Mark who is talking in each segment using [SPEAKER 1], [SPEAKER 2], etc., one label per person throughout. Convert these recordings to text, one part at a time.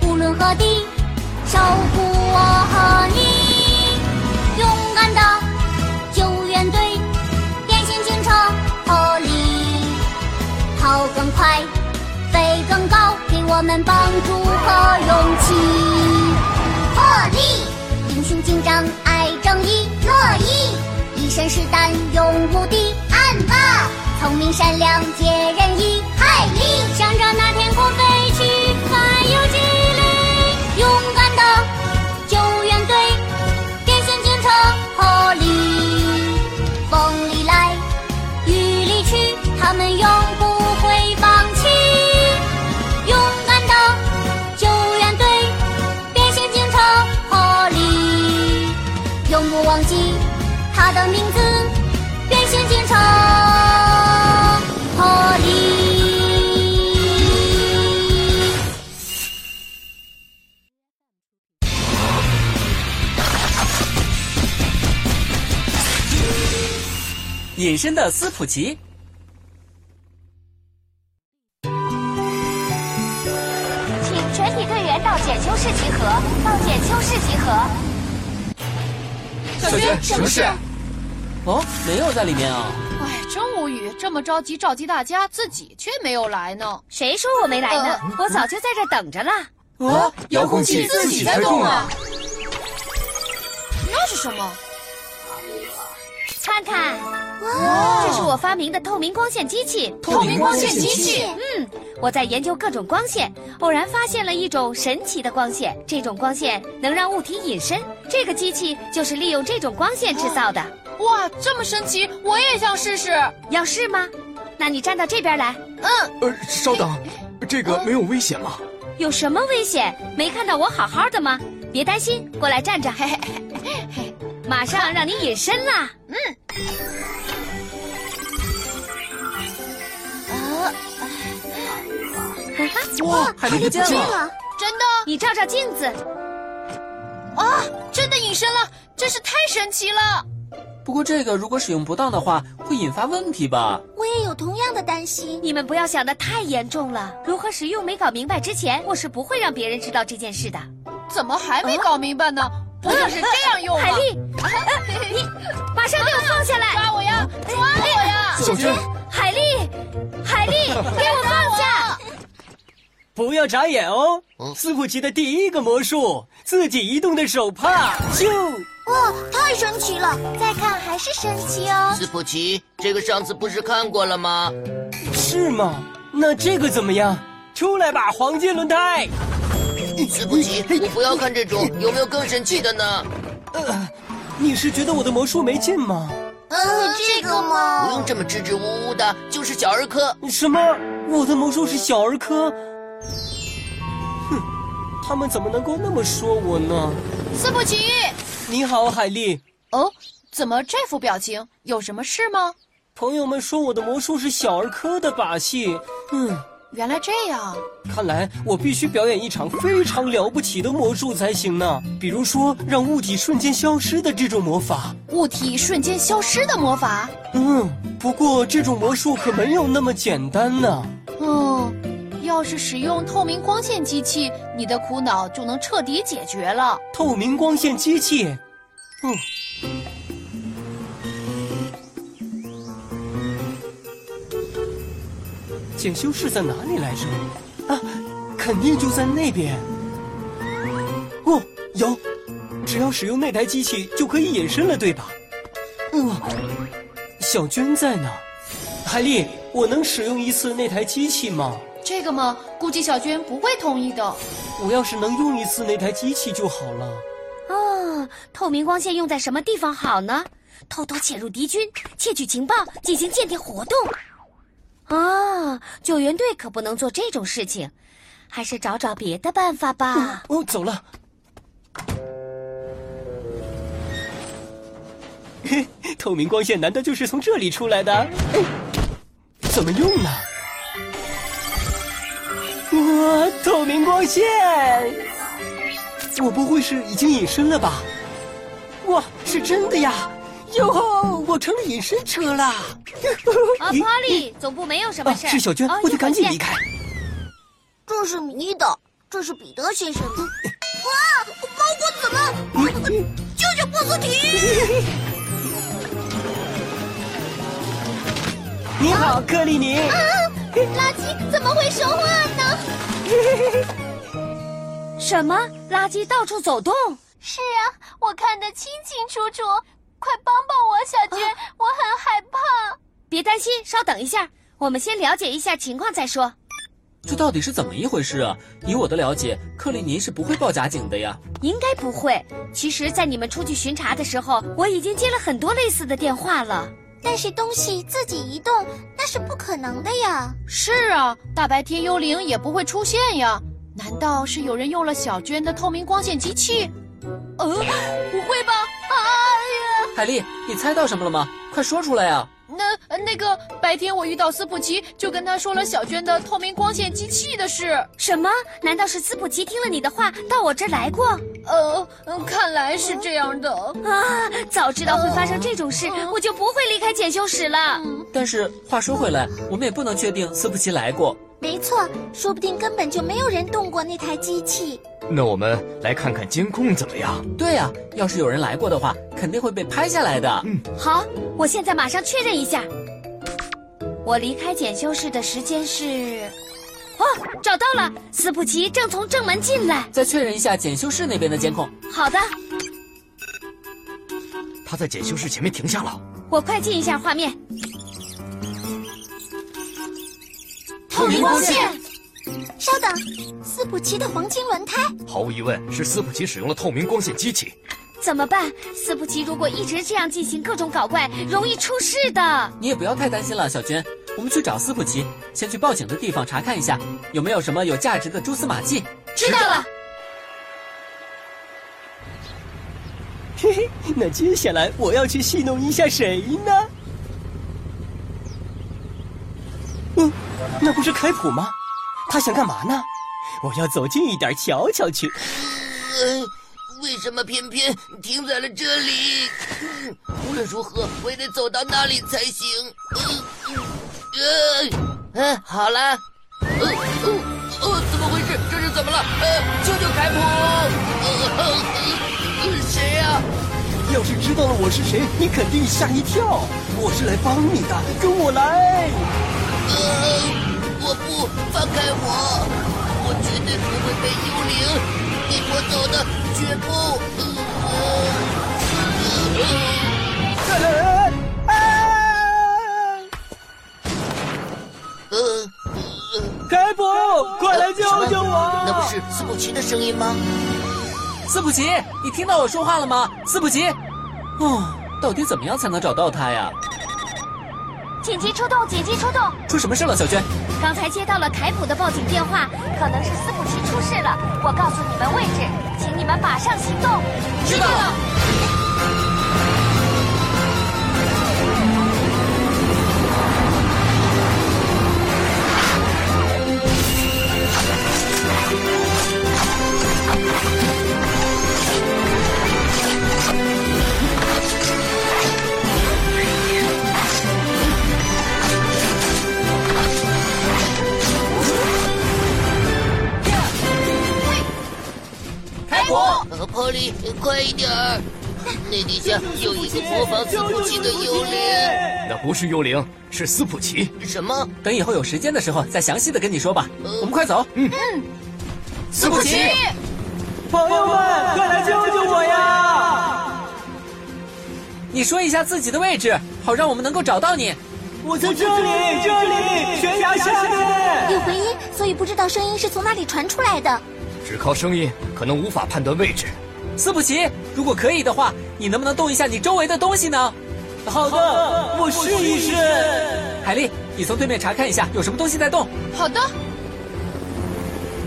[SPEAKER 1] 天和地，守护我和你。勇敢的救援队，变形警车合力，跑更快，飞更高，给我们帮助和勇气。破例，英雄警长爱正义，乐意一身是胆勇无敌，暗霸聪明善良解人意，海力向着那天空飞去，还有激励，勇敢的救援队，变形警车合力，风里来，雨里去，他们永不会放弃。勇敢的救援队，变形警车合力，永不忘记他的名字，变形警车破例。
[SPEAKER 2] 隐身的斯普奇。
[SPEAKER 3] 请全体队员到检修室集合，到检修室集合。
[SPEAKER 4] 小军，什么事？
[SPEAKER 2] 哦，没有在里面啊。
[SPEAKER 5] 哎，真无语，这么着急召集大家，自己却没有来呢。
[SPEAKER 3] 谁说我没来
[SPEAKER 1] 呃
[SPEAKER 3] 呢？我早就在这等着了。
[SPEAKER 2] 哦，
[SPEAKER 4] 遥控器自己在动啊！
[SPEAKER 5] 那是什么？
[SPEAKER 3] 看看，哇，这是我发明的透明光线机器。
[SPEAKER 4] 透明光线机器。
[SPEAKER 3] 嗯，我在研究各种光线，偶然发现了一种神奇的光线，这种光线能让物体隐身。这个机器就是利用这种光线制造的。
[SPEAKER 5] 哇，这么神奇，我也想试试。
[SPEAKER 3] 要试吗？那你站到这边来。
[SPEAKER 4] 呃，稍等，这个没有危险吗？
[SPEAKER 3] 有什么危险？没看到我好好的吗？别担心，过来站着， 嘿嘿嘿嘿，马上让你隐身啦！嗯。
[SPEAKER 2] 哇，海狸不啊见
[SPEAKER 4] 啊
[SPEAKER 2] 了！
[SPEAKER 5] 真的，啊
[SPEAKER 3] 你照照镜子，
[SPEAKER 5] 真的隐身了，真是太神奇了。
[SPEAKER 2] 不过这个如果使用不当的话，会引发问题吧？
[SPEAKER 1] 我也有同样的担心。
[SPEAKER 3] 你们不要想的太严重了。如何使用没搞明白之前，我是不会让别人知道这件事的。
[SPEAKER 5] 怎么还没搞明白呢？不就是这样用吗？啊
[SPEAKER 3] 海丽，你马上给我放下来！哎
[SPEAKER 5] 抓我呀！抓我呀！
[SPEAKER 4] 小军，
[SPEAKER 3] 海丽，海 丽，给我放下！
[SPEAKER 6] 不要眨眼哦！
[SPEAKER 4] 嗯
[SPEAKER 6] 斯普奇的第一个魔术，自己移动的手帕，咻！
[SPEAKER 1] 哇，太神奇了！再看还是神奇哦。
[SPEAKER 7] 斯普奇，这个上次不是看过了吗？
[SPEAKER 6] 是吗？那这个怎么样？出来吧，黄金轮胎！
[SPEAKER 7] 斯普奇，你不要看这种，有没有更神奇的呢？
[SPEAKER 4] 呃
[SPEAKER 6] 你是觉得我的魔术没劲吗？
[SPEAKER 3] 呃
[SPEAKER 1] 嗯，这个嘛，
[SPEAKER 7] 不用这么支支吾吾的，就是小儿科。
[SPEAKER 6] 什么？我的魔术是小儿科？哼，他们怎么能够那么说我呢？
[SPEAKER 5] 斯普奇，
[SPEAKER 6] 你好，海丽。
[SPEAKER 5] 哦，怎么这副表情？有什么事吗？
[SPEAKER 6] 朋友们说我的魔术是小儿科的把戏，嗯，
[SPEAKER 5] 原来这样，
[SPEAKER 6] 看来我必须表演一场非常了不起的魔术才行呢。比如说，让物体瞬间消失的这种魔法。
[SPEAKER 5] 物体瞬间消失的魔法。
[SPEAKER 6] 嗯，不过这种魔术可没有那么简单呢。
[SPEAKER 5] 嗯，要是使用透明光线机器，你的苦恼就能彻底解决了。
[SPEAKER 6] 透明光线机器，嗯，检修室在哪里来着？啊，肯定就在那边。哦，有，只要使用那台机器就可以隐身了，对吧？嗯，小娟在呢。海丽，我能使用一次那台机器吗？
[SPEAKER 5] 这个嘛，估计小娟不会同意的。
[SPEAKER 6] 我要是能用一次那台机器就好了。
[SPEAKER 3] 哦，透明光线用在什么地方好呢？偷偷潜入敌军，窃取情报，进行间谍活动。啊，救援队可不能做这种事情，还是找找别的办法
[SPEAKER 5] 嗯
[SPEAKER 3] 吧。
[SPEAKER 6] 哦，走了。 嘿，透明光线难道就是从这里出来的？哎怎么用呢？哇，透明光线！我不会是已经隐身了吧？哇，是真的呀！哟，我成了隐身车啦！
[SPEAKER 3] 啊，
[SPEAKER 6] 咦
[SPEAKER 3] 波利，总部没有什
[SPEAKER 6] 啊，
[SPEAKER 3] 么事。
[SPEAKER 6] 是小娟
[SPEAKER 3] 哦，
[SPEAKER 6] 我得赶紧离。
[SPEAKER 3] 有火
[SPEAKER 6] 开。
[SPEAKER 1] 这是你的，这是彼得先生吗？哇，猫果子们，救救波斯提！
[SPEAKER 6] 你
[SPEAKER 3] 啊
[SPEAKER 6] 好，克里尼。
[SPEAKER 1] 垃圾怎么会说话呢？
[SPEAKER 3] 什么垃圾到处走动？
[SPEAKER 8] 是啊，我看得清清楚楚。快帮帮我，小娟，
[SPEAKER 1] 啊
[SPEAKER 8] 我很害怕。
[SPEAKER 3] 别担心，稍等一下，我们先了解一下情况再说。
[SPEAKER 2] 这到底是怎么一回事啊？以我的了解，克里尼是不会报假警的呀。
[SPEAKER 3] 应该不会。其实，在你们出去巡查的时候，我已经接了很多类似的电话了。
[SPEAKER 1] 但是东西自己移动那是不可能的呀。
[SPEAKER 5] 是啊，大白天幽灵也不会出现呀。难道是有人用了小娟的透明光线机器？呃，不会吧？啊
[SPEAKER 2] 海莉，你猜到什么了吗？快说出来啊！
[SPEAKER 5] 那呃那个白天我遇到斯普奇，就跟他说了小娟的透明光线机器的事。
[SPEAKER 3] 什么？难道是斯普奇听了你的话，到我这儿来过？
[SPEAKER 5] 呃，呃看来是这样的。
[SPEAKER 3] 啊，早知道会发生这种事，我就不会离开检修室了。
[SPEAKER 2] 但是话说回来，我们也不能确定斯普奇来过。
[SPEAKER 1] 没错，说不定根本就没有人动过那台机器。
[SPEAKER 4] 那我们来看看监控怎么样？
[SPEAKER 2] 对呀、要是有人来过的话，肯定会被拍下来的。
[SPEAKER 4] 嗯
[SPEAKER 3] 好，我现在马上确认一下。我离开检修室的时间是……哦，找到了，斯普奇正从正门进来。
[SPEAKER 2] 再确认一下检修室那边的监控。
[SPEAKER 3] 好的，
[SPEAKER 4] 他在检修室前面停下了。
[SPEAKER 3] 我快进一下画面。
[SPEAKER 2] 透明光线。
[SPEAKER 1] 稍等，斯普奇的黄金轮胎，
[SPEAKER 4] 毫无疑问，是斯普奇使用了透明光线机器。
[SPEAKER 3] 怎么办？斯普奇如果一直这样进行各种搞怪，容易出事的。
[SPEAKER 2] 你也不要太担心了，小娟。我们去找斯普奇，先去报警的地方查看一下，有没有什么有价值的蛛丝马迹。
[SPEAKER 3] 知道了。
[SPEAKER 6] 嘿嘿， 那接下来我要去戏弄一下谁呢？嗯，那不是凯普吗？他想干嘛呢？我要走近一点瞧瞧去。
[SPEAKER 7] 呃，为什么偏偏停在了这里？嗯无论如何，我也得走到那里才行。呃，呃，呃好了。呃哦哦，怎么回事？这是怎么了？呃，救救凯普！呃呃呃谁呀、
[SPEAKER 6] 要是知道了我是谁，你肯定吓一跳。我是来帮你的，跟我来。
[SPEAKER 7] 呃，我不放开我，我绝对不会被幽灵给我走的，绝不。呃呃呃呃，
[SPEAKER 6] 凯普，快来救救我！
[SPEAKER 7] 那不是斯普奇的声音吗？
[SPEAKER 2] 斯普奇，你听到我说话了吗？斯普奇，哦，到底怎么样才能找到他呀？
[SPEAKER 3] 紧急出动！紧急出动！
[SPEAKER 2] 出什么事了，小娟？
[SPEAKER 3] 刚才接到了凯普的报警电话，可能是斯普奇出事了。我告诉你们位置，请你们马上行动。
[SPEAKER 2] 知道了。开火！
[SPEAKER 7] 呃，波利，快一点儿！那底下有一个模仿斯普奇的幽灵。
[SPEAKER 4] 那不是幽灵，是斯普奇。
[SPEAKER 7] 什么？
[SPEAKER 2] 等以后有时间的时候再详细的跟你说吧。我们快走。嗯，斯普奇，
[SPEAKER 6] 朋友们，快来救救我呀！
[SPEAKER 2] 你说一下自己的位置，好让我们能够找到你。
[SPEAKER 6] 我在这里，这里，悬崖下面。
[SPEAKER 1] 有回音，所以不知道声音是从哪里传出来的。
[SPEAKER 4] 只靠声音可能无法判断位置。
[SPEAKER 2] 斯普奇，如果可以的话，你能不能动一下你周围的东西呢？
[SPEAKER 6] 好的，我试一试。
[SPEAKER 2] 海莉，你从对面查看一下，有什么东西在动？
[SPEAKER 5] 好的。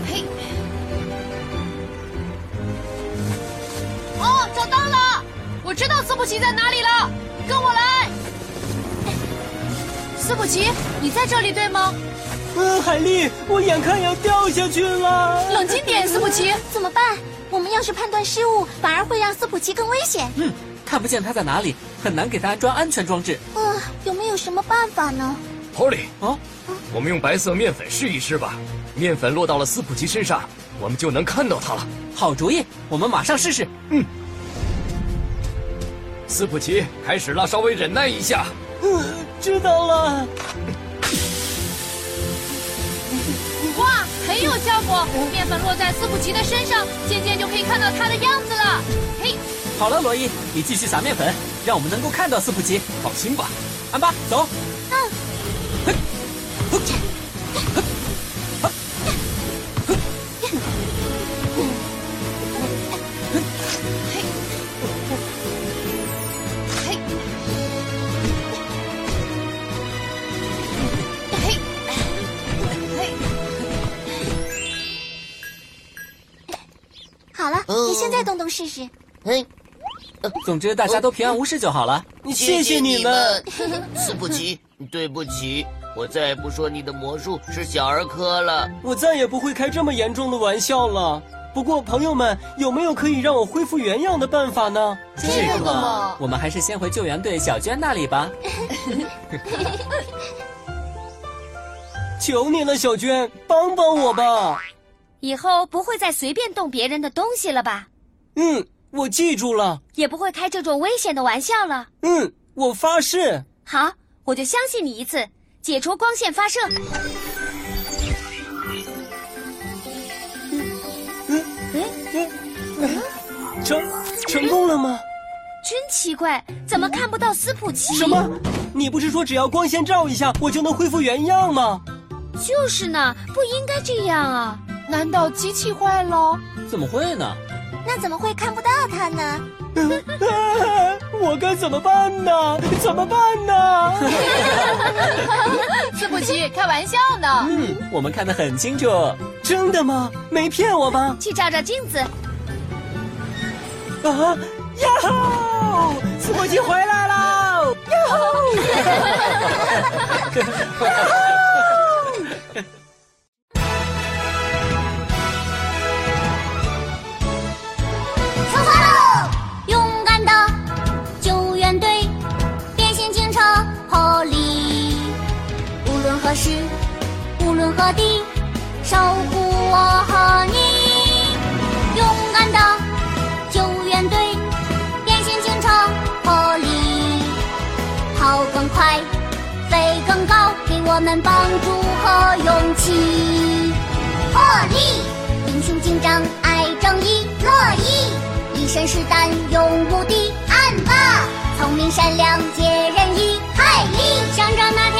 [SPEAKER 5] 嘿，哦，找到了！我知道斯普奇在哪里了，跟我来。斯普奇，你在这里对吗？
[SPEAKER 6] 嗯，海丽，我眼看要掉下去了。
[SPEAKER 5] 冷静点，斯普奇。
[SPEAKER 1] 怎么办？我们要是判断失误，反而会让斯普奇更危险。
[SPEAKER 2] 嗯，看不见它在哪里，很难给它安装安全装置。
[SPEAKER 1] 呃，有没有什么办法呢？
[SPEAKER 4] 波利，
[SPEAKER 2] 哦，
[SPEAKER 4] 我们用白色面粉试一试吧。面粉落到了斯普奇身上，我们就能看到它了。
[SPEAKER 2] 好主意，我们马上试试。
[SPEAKER 4] 斯普奇，开始了，稍微忍耐一下。
[SPEAKER 6] 嗯，知道了。
[SPEAKER 5] 哇，很有效果！面粉落在斯普奇的身上，渐渐就可以看到它的样子了。嘿，
[SPEAKER 2] 好了，罗伊，你继续撒面粉，让我们能够看到斯普奇。
[SPEAKER 4] 放心吧，
[SPEAKER 2] 安巴，走。
[SPEAKER 5] 嘿，嘿，嘿。
[SPEAKER 1] 好了，你现在动动试试。
[SPEAKER 7] 嘿，
[SPEAKER 2] 总之，大家都平安无事就好了。
[SPEAKER 6] 谢谢你们
[SPEAKER 7] 们， 斯普奇，对不起，我再也不说你的魔术是小儿科了。
[SPEAKER 6] 我再也不会开这么严重的玩笑了。不过，朋友们，有没有可以让我恢复原样的办法呢？
[SPEAKER 2] 这个嘛，我们还是先回救援队小娟那里吧。
[SPEAKER 6] 求你了，小娟，帮帮我吧。
[SPEAKER 3] 以后不会再随便动别人的东西了吧？
[SPEAKER 6] 嗯，我记住了。
[SPEAKER 3] 也不会开这种危险的玩笑了。
[SPEAKER 6] 嗯，我发誓。
[SPEAKER 3] 好，我就相信你一次，解除光线发射。
[SPEAKER 6] 成成功了吗？
[SPEAKER 3] 真奇怪，怎么看不到斯普奇？
[SPEAKER 6] 什么？？你不是说只要光线照一下，我就能恢复原样吗？
[SPEAKER 3] 就是呢，不应该这样啊！
[SPEAKER 5] 难道机器坏了？
[SPEAKER 2] 怎么会呢？
[SPEAKER 1] 那怎么会看不到它呢？
[SPEAKER 6] 啊我该怎么办呢？怎么办呢？
[SPEAKER 5] 斯普奇，开玩笑呢。
[SPEAKER 2] 嗯，我们看得很清楚。
[SPEAKER 6] 真的吗？没骗我吧？
[SPEAKER 3] 去照照镜子，
[SPEAKER 6] 啊呀吼！斯波奇回来喽！
[SPEAKER 1] 出发喽！勇敢的救援队，变形警车破例，无论何时，无论何地，守护我和你。勇敢的救援队，变形警车破例，跑更快，飞更高，给我们帮助和勇气。破例，英雄警长爱正义，乐意一身是胆勇无敌，暗霸聪明善良解人意，海力想着那天